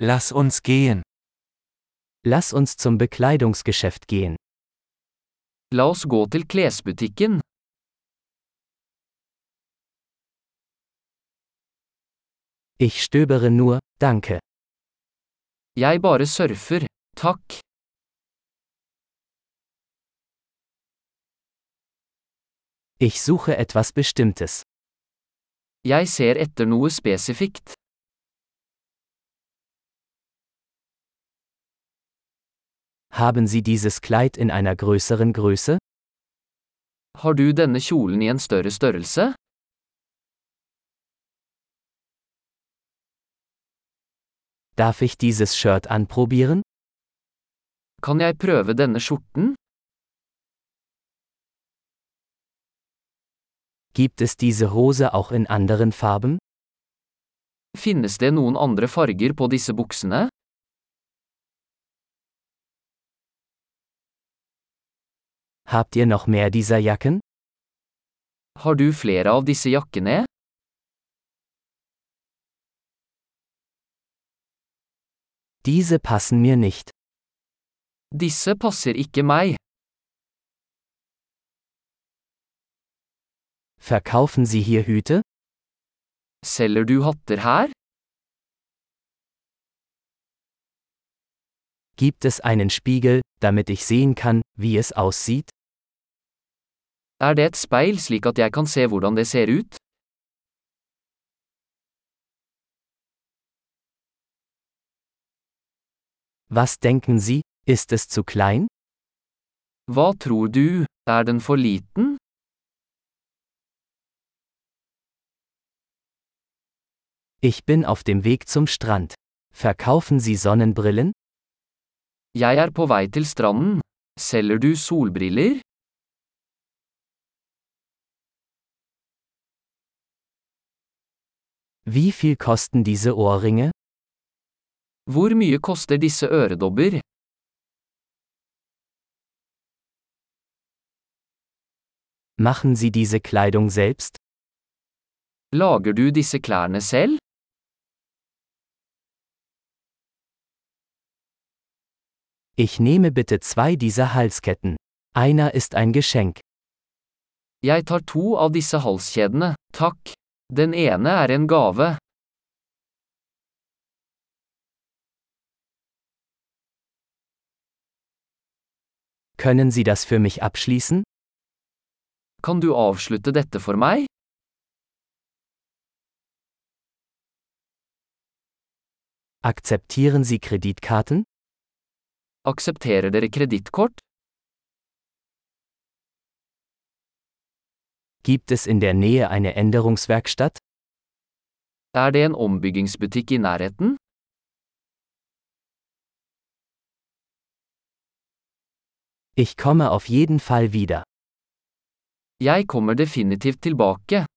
Lass uns gehen. Lass uns zum Bekleidungsgeschäft gehen. La oss gå til klesbutikken. Ich stöbere nur, danke. Jeg bare surfer. Takk. Ich suche etwas Bestimmtes. Jeg ser etter noe spesifikt. Haben Sie dieses Kleid in einer größeren Größe? Har du denne kjolen i en større størrelse? Darf ich dieses Shirt anprobieren? Kan jeg prøve denne skjorten? Gibt es diese Hose auch in anderen Farben? Finnes det noen andre farger på disse buksene? Habt ihr noch mehr dieser Jacken? Har du flere av disse jakkene? Diese passen mir nicht. Disse passer ikke meg. Verkaufen Sie hier Hüte? Selger du hatter her? Gibt es einen Spiegel, damit ich sehen kann, wie es aussieht? Er det et speil slik at jeg kan se hvordan det ser ut? Was denken Sie, ist es zu klein? Hva tror du, er den for liten? Ich bin auf dem Weg zum Strand. Verkaufen Sie Sonnenbrillen? Jeg er på vei til stranden. Selger du solbriller? Wie viel kosten diese Ohrringe? Hvor mye koster disse øredobber? Machen Sie diese Kleidung selbst? Lager du disse klærne selv? Ich nehme bitte zwei dieser Halsketten. Einer ist ein Geschenk. Jeg tar to av disse halskjedene, takk. Den ene er en gave. Können Sie das für mich abschließen? Kan du avslutte dette for meg? Akzeptieren Sie Kreditkarten? Aksepterer dere kredittkort? Gibt es in der Nähe eine Änderungswerkstatt? Er det en ombyggingsbutikk i nærheten? Ich komme auf jeden Fall wieder. Jeg kommer definitivt tilbake.